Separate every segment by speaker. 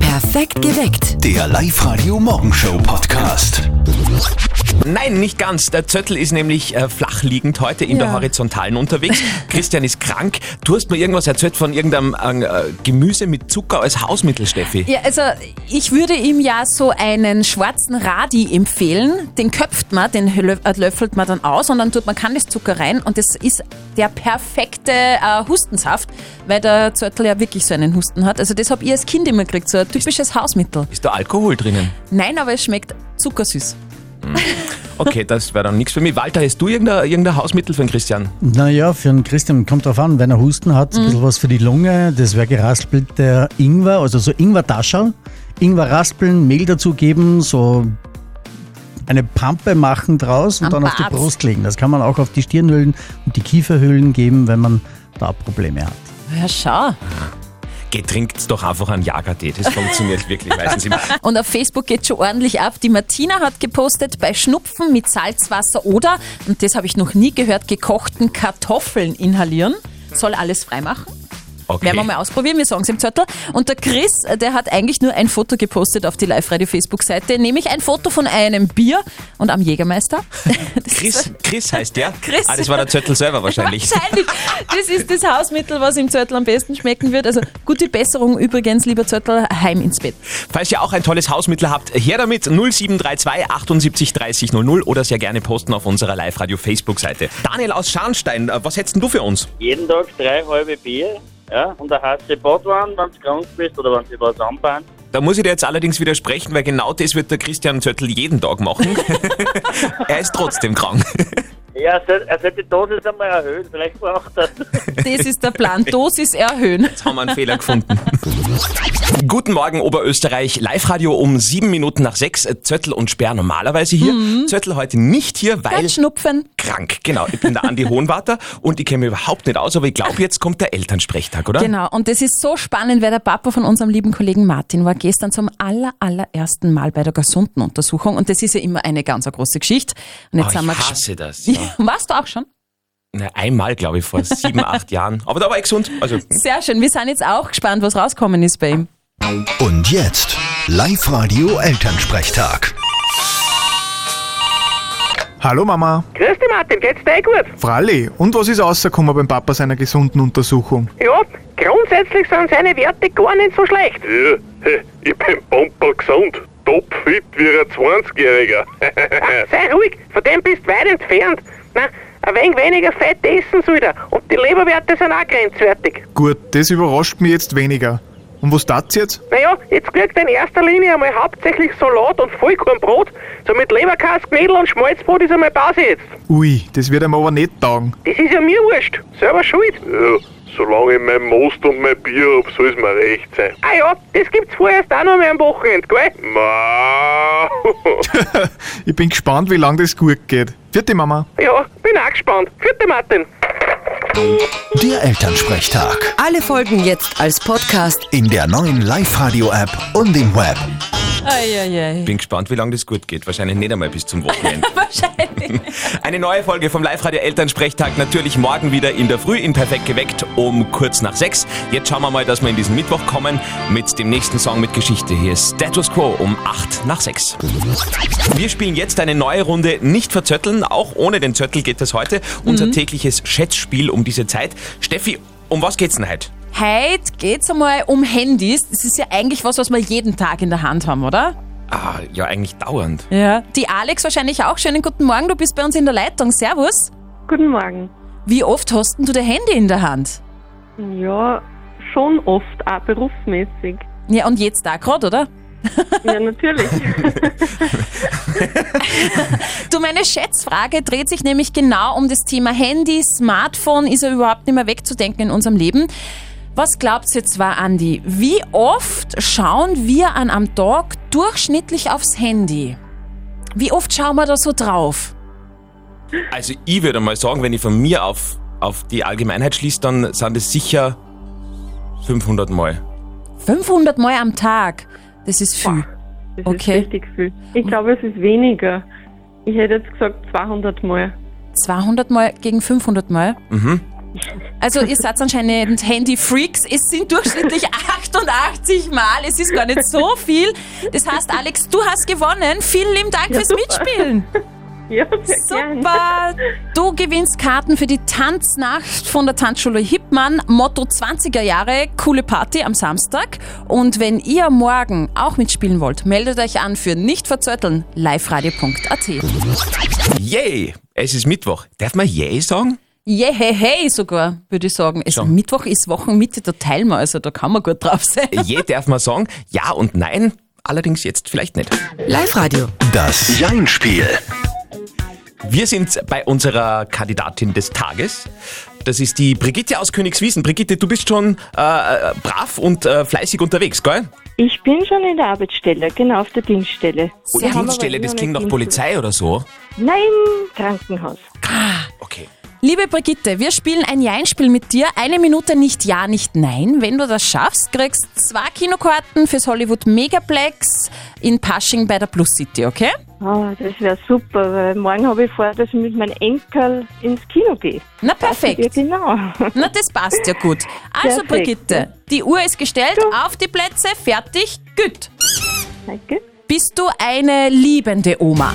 Speaker 1: Perfekt geweckt.
Speaker 2: Der Live-Radio Morgenshow Podcast.
Speaker 3: Nein, nicht ganz. Der Zöttl ist nämlich äh, flachliegend heute in der
Speaker 4: Ja.
Speaker 3: Horizontalen unterwegs. Christian ist krank. Du hast mir irgendwas erzählt von irgendeinem äh, Gemüse mit Zucker als Hausmittel, Steffi.
Speaker 4: Ja, also ich würde ihm ja so einen schwarzen Radi empfehlen. Den köpft man, den lö- äh, löffelt man dann aus und dann tut man Kandiszucker rein und das ist der perfekte äh, Hustensaft, weil der Zörtel ja wirklich so einen Husten hat. Also das habe ich als Kind immer gekriegt, so ein typisches Hausmittel.
Speaker 3: Ist da Alkohol drinnen?
Speaker 4: Nein, aber es schmeckt zuckersüß.
Speaker 3: Okay, das wäre dann nichts für mich. Walter, hast du irgendein, irgendein Hausmittel für den Christian?
Speaker 5: Naja, für einen Christian kommt drauf an, wenn er Husten hat,
Speaker 4: Mhm.
Speaker 5: ein bisschen was für die Lunge, das wäre geraspelter Ingwer, also so Ingwer-Tascherl. Ingwer raspeln, Mehl dazugeben, so eine Pampe machen draus und
Speaker 4: Am
Speaker 5: dann auf die
Speaker 4: Bart.
Speaker 5: Brust legen. Das kann man auch auf die Stirnhöhlen und die Kieferhöhlen geben, wenn man da Probleme hat.
Speaker 4: Ja, schau.
Speaker 3: Geh, trinkt's doch einfach einen Jagertee. Das funktioniert wirklich meistens immer.
Speaker 4: Und auf Facebook geht schon ordentlich ab. Die Martina hat gepostet, bei Schnupfen mit Salzwasser oder, und das habe ich noch nie gehört, gekochten Kartoffeln inhalieren. Soll alles freimachen.
Speaker 3: Okay.
Speaker 4: Werden wir mal ausprobieren, wir sagen es im Zettel. Und der Chris, äh, der hat eigentlich nur ein Foto gepostet auf die Live-Radio-Facebook-Seite, nämlich ein Foto von einem Bier und am Jägermeister. Das
Speaker 3: Chris,
Speaker 4: ist-
Speaker 3: Chris heißt der?
Speaker 4: Chris.
Speaker 3: Ah, das war der Zöttl selber wahrscheinlich.
Speaker 4: Wahrscheinlich. Das ist das Hausmittel, was im Zettel am besten schmecken wird. Also gute Besserung übrigens, lieber Zettel, heim ins Bett.
Speaker 3: Falls ihr auch ein tolles Hausmittel habt, her damit 0732 78 30 00 oder sehr gerne posten auf unserer Live-Radio-Facebook-Seite. Daniel aus Scharnstein, äh, was hättest denn du für uns?
Speaker 6: jeden Tag drei halbe Bier ja, und eine heiße Badwanne, wenn du krank bist oder wenn sie was anbahnt.
Speaker 3: Da muss ich dir jetzt allerdings widersprechen, weil genau das wird der Christian Zöttl jeden Tag machen. er ist trotzdem krank.
Speaker 6: Ja, er soll- er sollte die Dosis einmal erhöhen, vielleicht braucht er
Speaker 4: Das ist der Plan. Dosis erhöhen.
Speaker 3: Jetzt haben wir einen Fehler gefunden. Guten Morgen, Oberösterreich. Live-Radio um sieben Minuten nach sechs. Äh, Zöttl und Sperr normalerweise hier. Zöttl heute nicht hier, weil...
Speaker 4: Mhm. Ganz schnupfen.
Speaker 3: Krank, genau. Ich bin der Andi Hohenwarter und ich kenne mich überhaupt nicht aus, aber ich glaube, jetzt kommt der Elternsprechtag, oder?
Speaker 4: Genau, und das ist so spannend, weil der Papa von unserem lieben Kollegen Martin war gestern zum aller, allerersten Mal bei der Gesundenuntersuchung und das ist ja immer eine ganz große Geschichte. Und jetzt
Speaker 3: Oh,
Speaker 4: sind wir
Speaker 3: ich
Speaker 4: gesp-
Speaker 3: hasse das.
Speaker 4: Ja, warst du auch schon?
Speaker 3: Na, einmal, glaube ich, vor sieben, acht Jahren. Aber da war ich gesund. Also
Speaker 4: Sehr schön. Wir sind jetzt auch gespannt, was rauskommen ist bei ihm.
Speaker 2: Und jetzt Live-Radio Elternsprechtag.
Speaker 7: Hallo Mama.
Speaker 8: Grüß dich Martin, geht's dir eh gut?
Speaker 7: Fralli, und was ist rausgekommen beim Papa seiner gesunden Untersuchung?
Speaker 8: Ja, grundsätzlich sind seine Werte gar nicht so schlecht.
Speaker 9: Ja, hey, ich bin bumper gesund. Topfit wie ein 20-Jähriger.
Speaker 8: Sei ruhig, von dem bist du weit entfernt. Na, ein wenig weniger Fett essen soll er. Und die Leberwerte sind auch grenzwertig.
Speaker 7: Gut, das überrascht mich jetzt weniger. Und was tat's jetzt?
Speaker 8: Naja, jetzt kriegt er in erster Linie einmal hauptsächlich Salat und Vollkornbrot. So mit Leberkäse, Knödel und Schmalzbrot ist einmal Pause jetzt.
Speaker 7: Ui, das wird ihm aber nicht taugen.
Speaker 8: Das ist ja mir wurscht. Selber schuld.
Speaker 9: ja, solange ich mein Most und mein Bier hab, soll's mir recht sein.
Speaker 8: Ah ja, das gibt's vorerst auch noch mal am Wochenende, gell?
Speaker 9: Ma
Speaker 7: Ich bin gespannt, wie lange das gut geht. Vierte Mama.
Speaker 8: Ja, bin auch gespannt. Vierte Martin.
Speaker 2: Der Elternsprechtag.
Speaker 1: Alle Folgen jetzt als Podcast.
Speaker 2: In der neuen Live-Radio App und im Web.
Speaker 4: Eieiei.
Speaker 3: bin gespannt, wie lange das gut geht. Wahrscheinlich nicht einmal bis zum Wochenende.
Speaker 4: Wahrscheinlich.
Speaker 3: Eine neue Folge vom Live-Radio Elternsprechtag natürlich morgen wieder in der Früh in Perfekt geweckt um kurz nach sechs. Jetzt schauen wir mal, dass wir in diesen Mittwoch kommen mit dem nächsten Song mit Geschichte. Hier ist Status Quo um acht nach sechs. Wir spielen jetzt eine neue Runde Nicht verzötteln. Auch ohne den Zöttel geht es heute. Unser tägliches Schätzspiel um diese Zeit. Steffi, um was geht's denn heute?
Speaker 4: Heute geht's einmal um Handys. Das ist ja eigentlich was, was wir jeden Tag in der Hand haben, oder?
Speaker 3: Ah, ja, eigentlich dauernd.
Speaker 4: Ja. Die Alex wahrscheinlich auch. Schönen guten Morgen, du bist bei uns in der Leitung. Servus.
Speaker 10: Guten Morgen.
Speaker 4: Wie oft hast denn du dein Handy in der Hand?
Speaker 10: Ja, schon oft, auch berufsmäßig.
Speaker 4: Ja, und jetzt da gerade, oder?
Speaker 10: Ja, natürlich.
Speaker 4: Du, meine Schätzfrage dreht sich nämlich genau um das Thema Handy, Smartphone, ist ja überhaupt nicht mehr wegzudenken in unserem Leben. Was glaubt ihr zwar, Andi? Wie oft schauen wir an am Tag durchschnittlich aufs Handy? Wie oft schauen wir da so drauf?
Speaker 3: Also ich würde mal sagen, wenn ich von mir auf, auf die Allgemeinheit schließe, dann sind es sicher 500 Mal.
Speaker 4: 500 Mal am Tag. Das ist viel.
Speaker 10: Das
Speaker 4: Okay.
Speaker 10: ist richtig viel. Ich glaube, es ist weniger. Ich hätte jetzt gesagt 200 Mal.
Speaker 4: 200 Mal gegen 500 Mal.
Speaker 3: Mhm.
Speaker 4: Also ihr seid anscheinend Handy-Freaks. Es sind durchschnittlich 88 Mal. Es ist gar nicht so viel. Das heißt, Alex, du hast gewonnen. Vielen lieben Dank fürs Mitspielen.
Speaker 10: Ja, sehr gern.
Speaker 4: Super! Du gewinnst Karten für die Tanznacht von der Tanzschule Hippmann, Motto 20er Jahre, coole Party am Samstag. Und wenn ihr morgen auch mitspielen wollt, meldet euch an für nicht verzötteln, liveradio.at.
Speaker 3: Yay! Es ist Mittwoch. Darf man Yay sagen?
Speaker 4: Yeah, hey, hey, sogar, würde ich sagen. Es
Speaker 3: Schon.
Speaker 4: Mittwoch ist Wochenmitte, da teilen wir, also da kann man gut drauf sein.
Speaker 3: Yay darf man sagen. Ja und nein. Allerdings jetzt vielleicht nicht.
Speaker 1: Live-Radio.
Speaker 2: Das Jein-Spiel.
Speaker 3: Wir sind bei unserer Kandidatin des Tages. Das ist die Brigitte aus Königswiesen. Brigitte, du bist schon äh, äh, brav und äh, fleißig unterwegs, gell?
Speaker 11: Ich bin schon in der Arbeitsstelle, genau auf der Dienststelle.
Speaker 3: Oh,
Speaker 11: Wir haben aber
Speaker 3: Dienststelle,
Speaker 11: immer
Speaker 3: das
Speaker 11: noch
Speaker 3: klingt nach
Speaker 11: Dienst-
Speaker 3: Polizei oder so.
Speaker 11: Nein, Krankenhaus.
Speaker 3: Okay.
Speaker 4: Liebe Brigitte, wir spielen ein Jein-Spiel mit dir. Eine Minute nicht Ja, nicht Nein. Wenn du das schaffst, kriegst zwei Kinokarten fürs Hollywood Megaplex in Pasching bei der Plus City, okay?
Speaker 11: Ah, das wäre super, weil morgen habe ich vor, dass ich mit meinem Enkel ins Kino gehe.
Speaker 4: Na
Speaker 11: Ja,
Speaker 4: perfekt.
Speaker 11: genau.
Speaker 4: Na, das passt ja gut. Also
Speaker 11: Perfekt.
Speaker 4: Brigitte, die Uhr ist gestellt, auf die Plätze, fertig, gut.
Speaker 11: Danke.
Speaker 4: Bist du eine liebende Oma?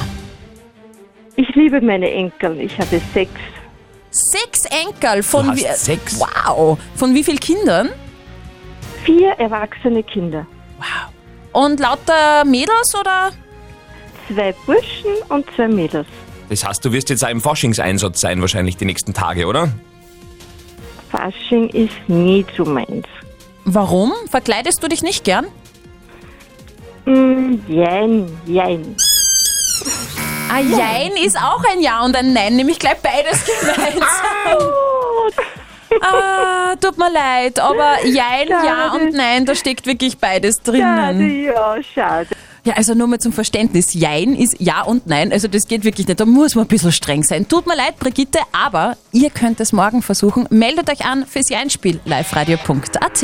Speaker 11: Ich liebe meine Enkel. Ich habe sechs.
Speaker 4: Sechs Enkel von
Speaker 3: Du hast
Speaker 4: wie,
Speaker 3: sechs?
Speaker 4: Wow, von wie vielen Kindern?
Speaker 11: Vier erwachsene Kinder.
Speaker 4: Und lauter Mädels oder?
Speaker 11: Zwei Burschen und zwei Mädels.
Speaker 3: Das heißt, du wirst jetzt auch im Forschungseinsatz sein, wahrscheinlich die nächsten Tage, oder?
Speaker 11: Fasching ist nie zu meins.
Speaker 4: Warum? Verkleidest du dich nicht gern?
Speaker 11: Mm, jein, jein.
Speaker 4: Ah, Jein ist auch ein Ja und ein Nein, nämlich gleich beides gemeinsam. ah, tut mir leid, aber Jein, Ja
Speaker 11: Schade.
Speaker 4: und Nein, da steckt wirklich beides
Speaker 8: Ah,
Speaker 11: Schade,
Speaker 4: drinnen.
Speaker 11: ja, schade.
Speaker 4: Ja, also nur mal zum Verständnis. Jein ist Ja und Nein, also das geht wirklich nicht. Da muss man ein bisschen streng sein. Tut mir leid, Brigitte, aber ihr könnt es morgen versuchen. Meldet euch an fürs Jeinspiel, liveradio.at.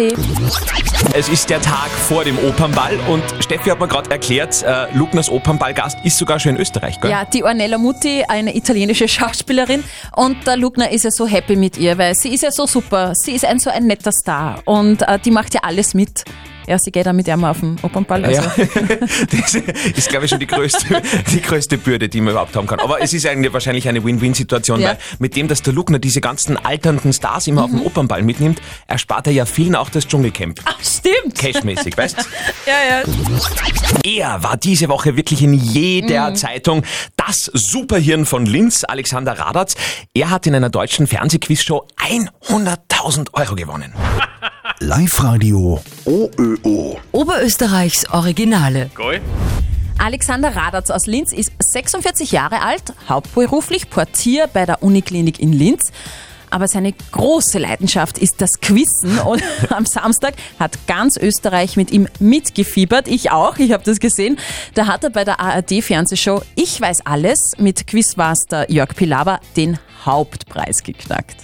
Speaker 3: Es ist der Tag vor dem Opernball und Steffi hat mir gerade erklärt, äh, Lugners Opernballgast ist sogar schon in Österreich, gell?
Speaker 4: Ja, die Ornella Mutti, eine italienische Schauspielerin. Und der Lugner ist ja so happy mit ihr, weil sie ist ja so super. Sie ist ein so ein netter Star. Und äh, die macht ja alles mit. Ja, sie geht da mit ihm auf den Opernball. Also.
Speaker 3: Ja, das ist, glaube ich, schon die größte, die größte Bürde, die man überhaupt haben kann. Aber es ist eigentlich wahrscheinlich eine Win-Win-Situation,
Speaker 4: Ja. Mhm.
Speaker 3: weil mit dem, dass der Lugner diese ganzen alternden Stars immer auf dem Opernball mitnimmt, erspart er ja vielen auch das Dschungelcamp.
Speaker 4: Ach, stimmt.
Speaker 3: Cashmäßig, weißt
Speaker 4: Ja, Mhm. ja.
Speaker 3: Er war diese Woche wirklich in jeder Zeitung das Superhirn von Linz, Alexander Radatz. Er hat in einer deutschen Fernsehquizshow 100.000 Euro gewonnen.
Speaker 2: Live-Radio OÖO.
Speaker 1: Oberösterreichs Originale.
Speaker 4: Alexander Radatz aus Linz ist 46 Jahre alt, hauptberuflich Portier bei der Uniklinik in Linz. Aber seine große Leidenschaft ist das Quizzen und am Samstag hat ganz Österreich mit ihm mitgefiebert. Ich auch, ich habe das gesehen. Da hat er bei der ARD-Fernsehshow Ich weiß alles mit Quizmaster Jörg Pilawa den Hauptpreis geknackt.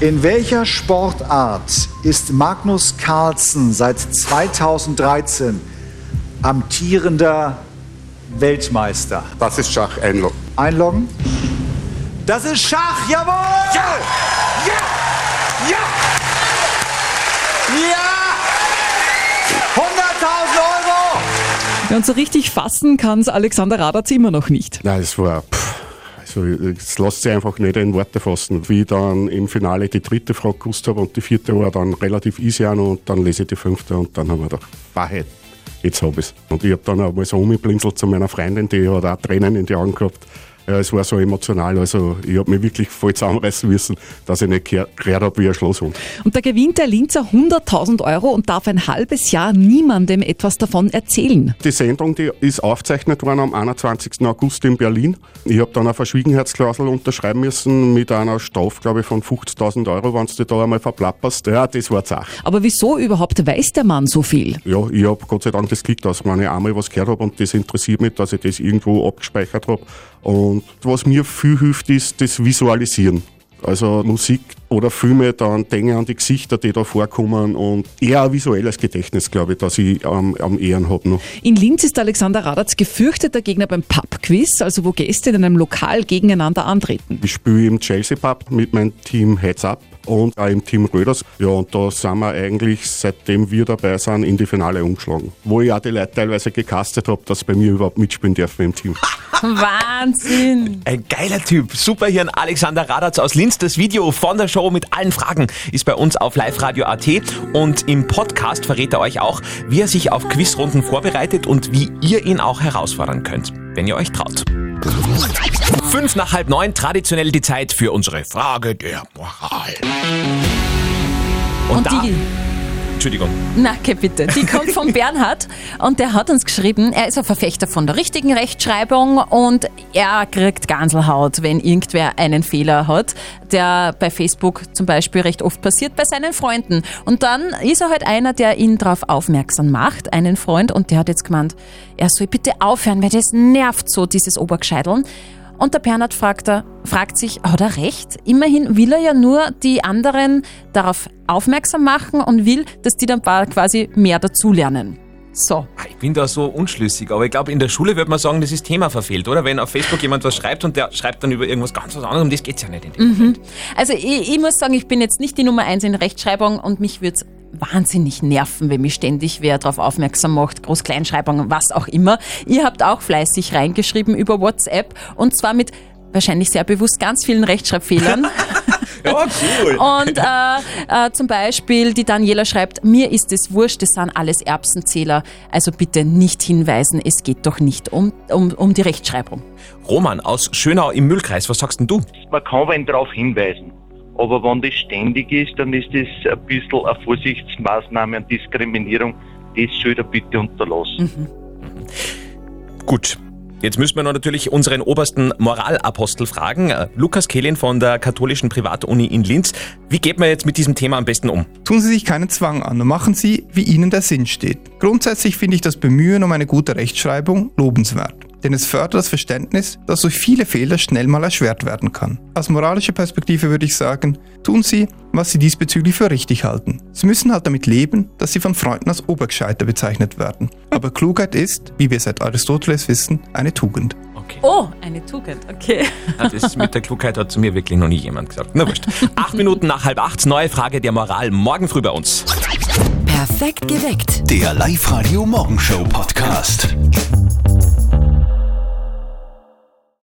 Speaker 12: In welcher Sportart ist Magnus Carlsen seit 2013 amtierender Weltmeister?
Speaker 9: Das ist Schach, einloggen.
Speaker 12: Einloggen? Das ist Schach, jawohl!
Speaker 3: Ja! Ja! Ja!
Speaker 12: Ja! 100.000
Speaker 13: Und so richtig fassen kann es Alexander Radatz immer noch nicht.
Speaker 9: Nein, es war. Pff, also, es lässt sich einfach nicht in Worte fassen. Wie ich dann im Finale die dritte Frage gewusst habe und die vierte war dann relativ easy auch noch und dann lese ich die fünfte und dann haben wir gedacht, Wahrheit, jetzt habe ich es. Und ich habe dann auch mal so umgeblinzelt zu meiner Freundin, die hat auch Tränen in die Augen gehabt. Ja, es war so emotional, also ich habe mich wirklich voll zusammenreißen müssen, dass ich nicht gehört gehört habe wie ein Schlosshund.
Speaker 13: Und da gewinnt der Linzer 100.000 Euro und darf ein halbes Jahr niemandem etwas davon erzählen.
Speaker 9: Die Sendung die ist aufgezeichnet worden am 21. August in Berlin. Ich habe dann eine Verschwiegenheitsklausel unterschreiben müssen mit einer Strafe, glaube ich, von 50.000 Euro, wenn du da einmal verplapperst. Ja, das war zach.
Speaker 13: Aber wieso überhaupt weiß der Mann so viel?
Speaker 9: Ja, ich habe Gott sei Dank das Glück, dass wenn ich einmal was gehört habe und das interessiert mich, dass ich das irgendwo abgespeichert habe. Und was mir viel hilft, ist das Visualisieren. Also Musik oder Filme, dann denke ich an die Gesichter, die da vorkommen und eher ein visuelles Gedächtnis, glaube ich, dass ich am, am Ehren habe noch.
Speaker 13: In Linz ist Alexander Radatz gefürchteter Gegner beim Pub-Quiz, also wo Gäste in einem Lokal gegeneinander antreten.
Speaker 9: Ich spiele im Chelsea Pub mit meinem Team Heads Up.
Speaker 8: und auch im Team Röders. Ja, und da sind wir eigentlich, seitdem wir dabei sind, in die Finale umgeschlagen. Wo ich auch die Leute teilweise gecastet habe, dass sie bei mir überhaupt mitspielen dürfen im Team.
Speaker 4: Wahnsinn.
Speaker 3: Ein geiler Typ. Superhirn Alexander Radatz aus Linz. Das Video von der Show mit allen Fragen ist bei uns auf liveradio.at und im Podcast verrät er euch auch, wie er sich auf Quizrunden vorbereitet und wie ihr ihn auch herausfordern könnt, wenn ihr euch traut. Fünf nach halb neun, traditionell die Zeit für unsere Frage der Moral. Und, da,
Speaker 4: die-
Speaker 3: Entschuldigung.
Speaker 4: Na, okay, bitte. Die kommt von Bernhard und der hat uns geschrieben, er ist ein Verfechter von der richtigen Rechtschreibung und er kriegt Ganselhaut, wenn irgendwer einen Fehler hat, der bei Facebook zum Beispiel recht oft passiert bei seinen Freunden. Und dann ist er halt einer, der ihn darauf aufmerksam macht, einen Freund, und der hat jetzt gemeint, er soll bitte aufhören, weil das nervt so, dieses Obergescheideln. Und der Bernhard fragt, er, fragt sich, hat er recht? Immerhin will er ja nur die anderen darauf aufmerksam machen und will, dass die dann pa- quasi mehr dazulernen. So.
Speaker 3: Ich bin da so unschlüssig, aber ich glaube, in der Schule würde man sagen, das ist Thema verfehlt, oder? Wenn auf Facebook jemand was schreibt und der schreibt dann über irgendwas ganz was anderes, um das geht's ja nicht.
Speaker 4: Mhm. Also ich, ich muss sagen, ich bin jetzt nicht die Nummer eins in Rechtschreibung und mich würde es wahnsinnig nerven, wenn mich ständig wer darauf aufmerksam macht, Groß-Kleinschreibung, was auch immer. Ihr habt auch fleißig reingeschrieben über WhatsApp und zwar mit wahrscheinlich sehr bewusst ganz vielen Rechtschreibfehlern.
Speaker 3: Ja, cool.
Speaker 4: Und äh, äh, zum Beispiel die Daniela schreibt, mir ist es wurscht, das sind alles Erbsenzähler. Also bitte nicht hinweisen, es geht doch nicht um, um, um die Rechtschreibung.
Speaker 3: Roman aus Schönau im Müllkreis, was sagst denn du?
Speaker 14: Man kann wen darauf hinweisen. Aber wenn das ständig ist, dann ist das ein bisschen eine Vorsichtsmaßnahme und Diskriminierung. Das soll er bitte unterlassen.
Speaker 3: Gut. Jetzt müssen wir noch natürlich unseren obersten Moralapostel fragen, äh, Lukas Kehlin von der katholischen Privatuni in Linz. Wie geht man jetzt mit diesem Thema am besten um?
Speaker 9: Tun Sie sich keinen Zwang an und machen Sie, wie Ihnen der Sinn steht. Grundsätzlich finde ich das Bemühen um eine gute Rechtschreibung lobenswert, denn es fördert das Verständnis, dass durch viele Fehler schnell mal erschwert werden kann. Aus moralischer Perspektive würde ich sagen, tun Sie, was Sie diesbezüglich für richtig halten. Sie müssen halt damit leben, dass Sie von Freunden als Obergescheiter bezeichnet werden. Aber Klugheit ist, wie wir seit Aristoteles wissen, eine Tugend.
Speaker 4: Oh, eine Tugend, okay.
Speaker 3: Ah, Das mit der Klugheit hat zu mir wirklich noch nie jemand gesagt. Na wurscht. Acht Minuten nach halb acht, neue Frage der Moral morgen früh bei uns.
Speaker 15: Perfekt geweckt.
Speaker 2: Der Live-Radio Morgenshow Podcast.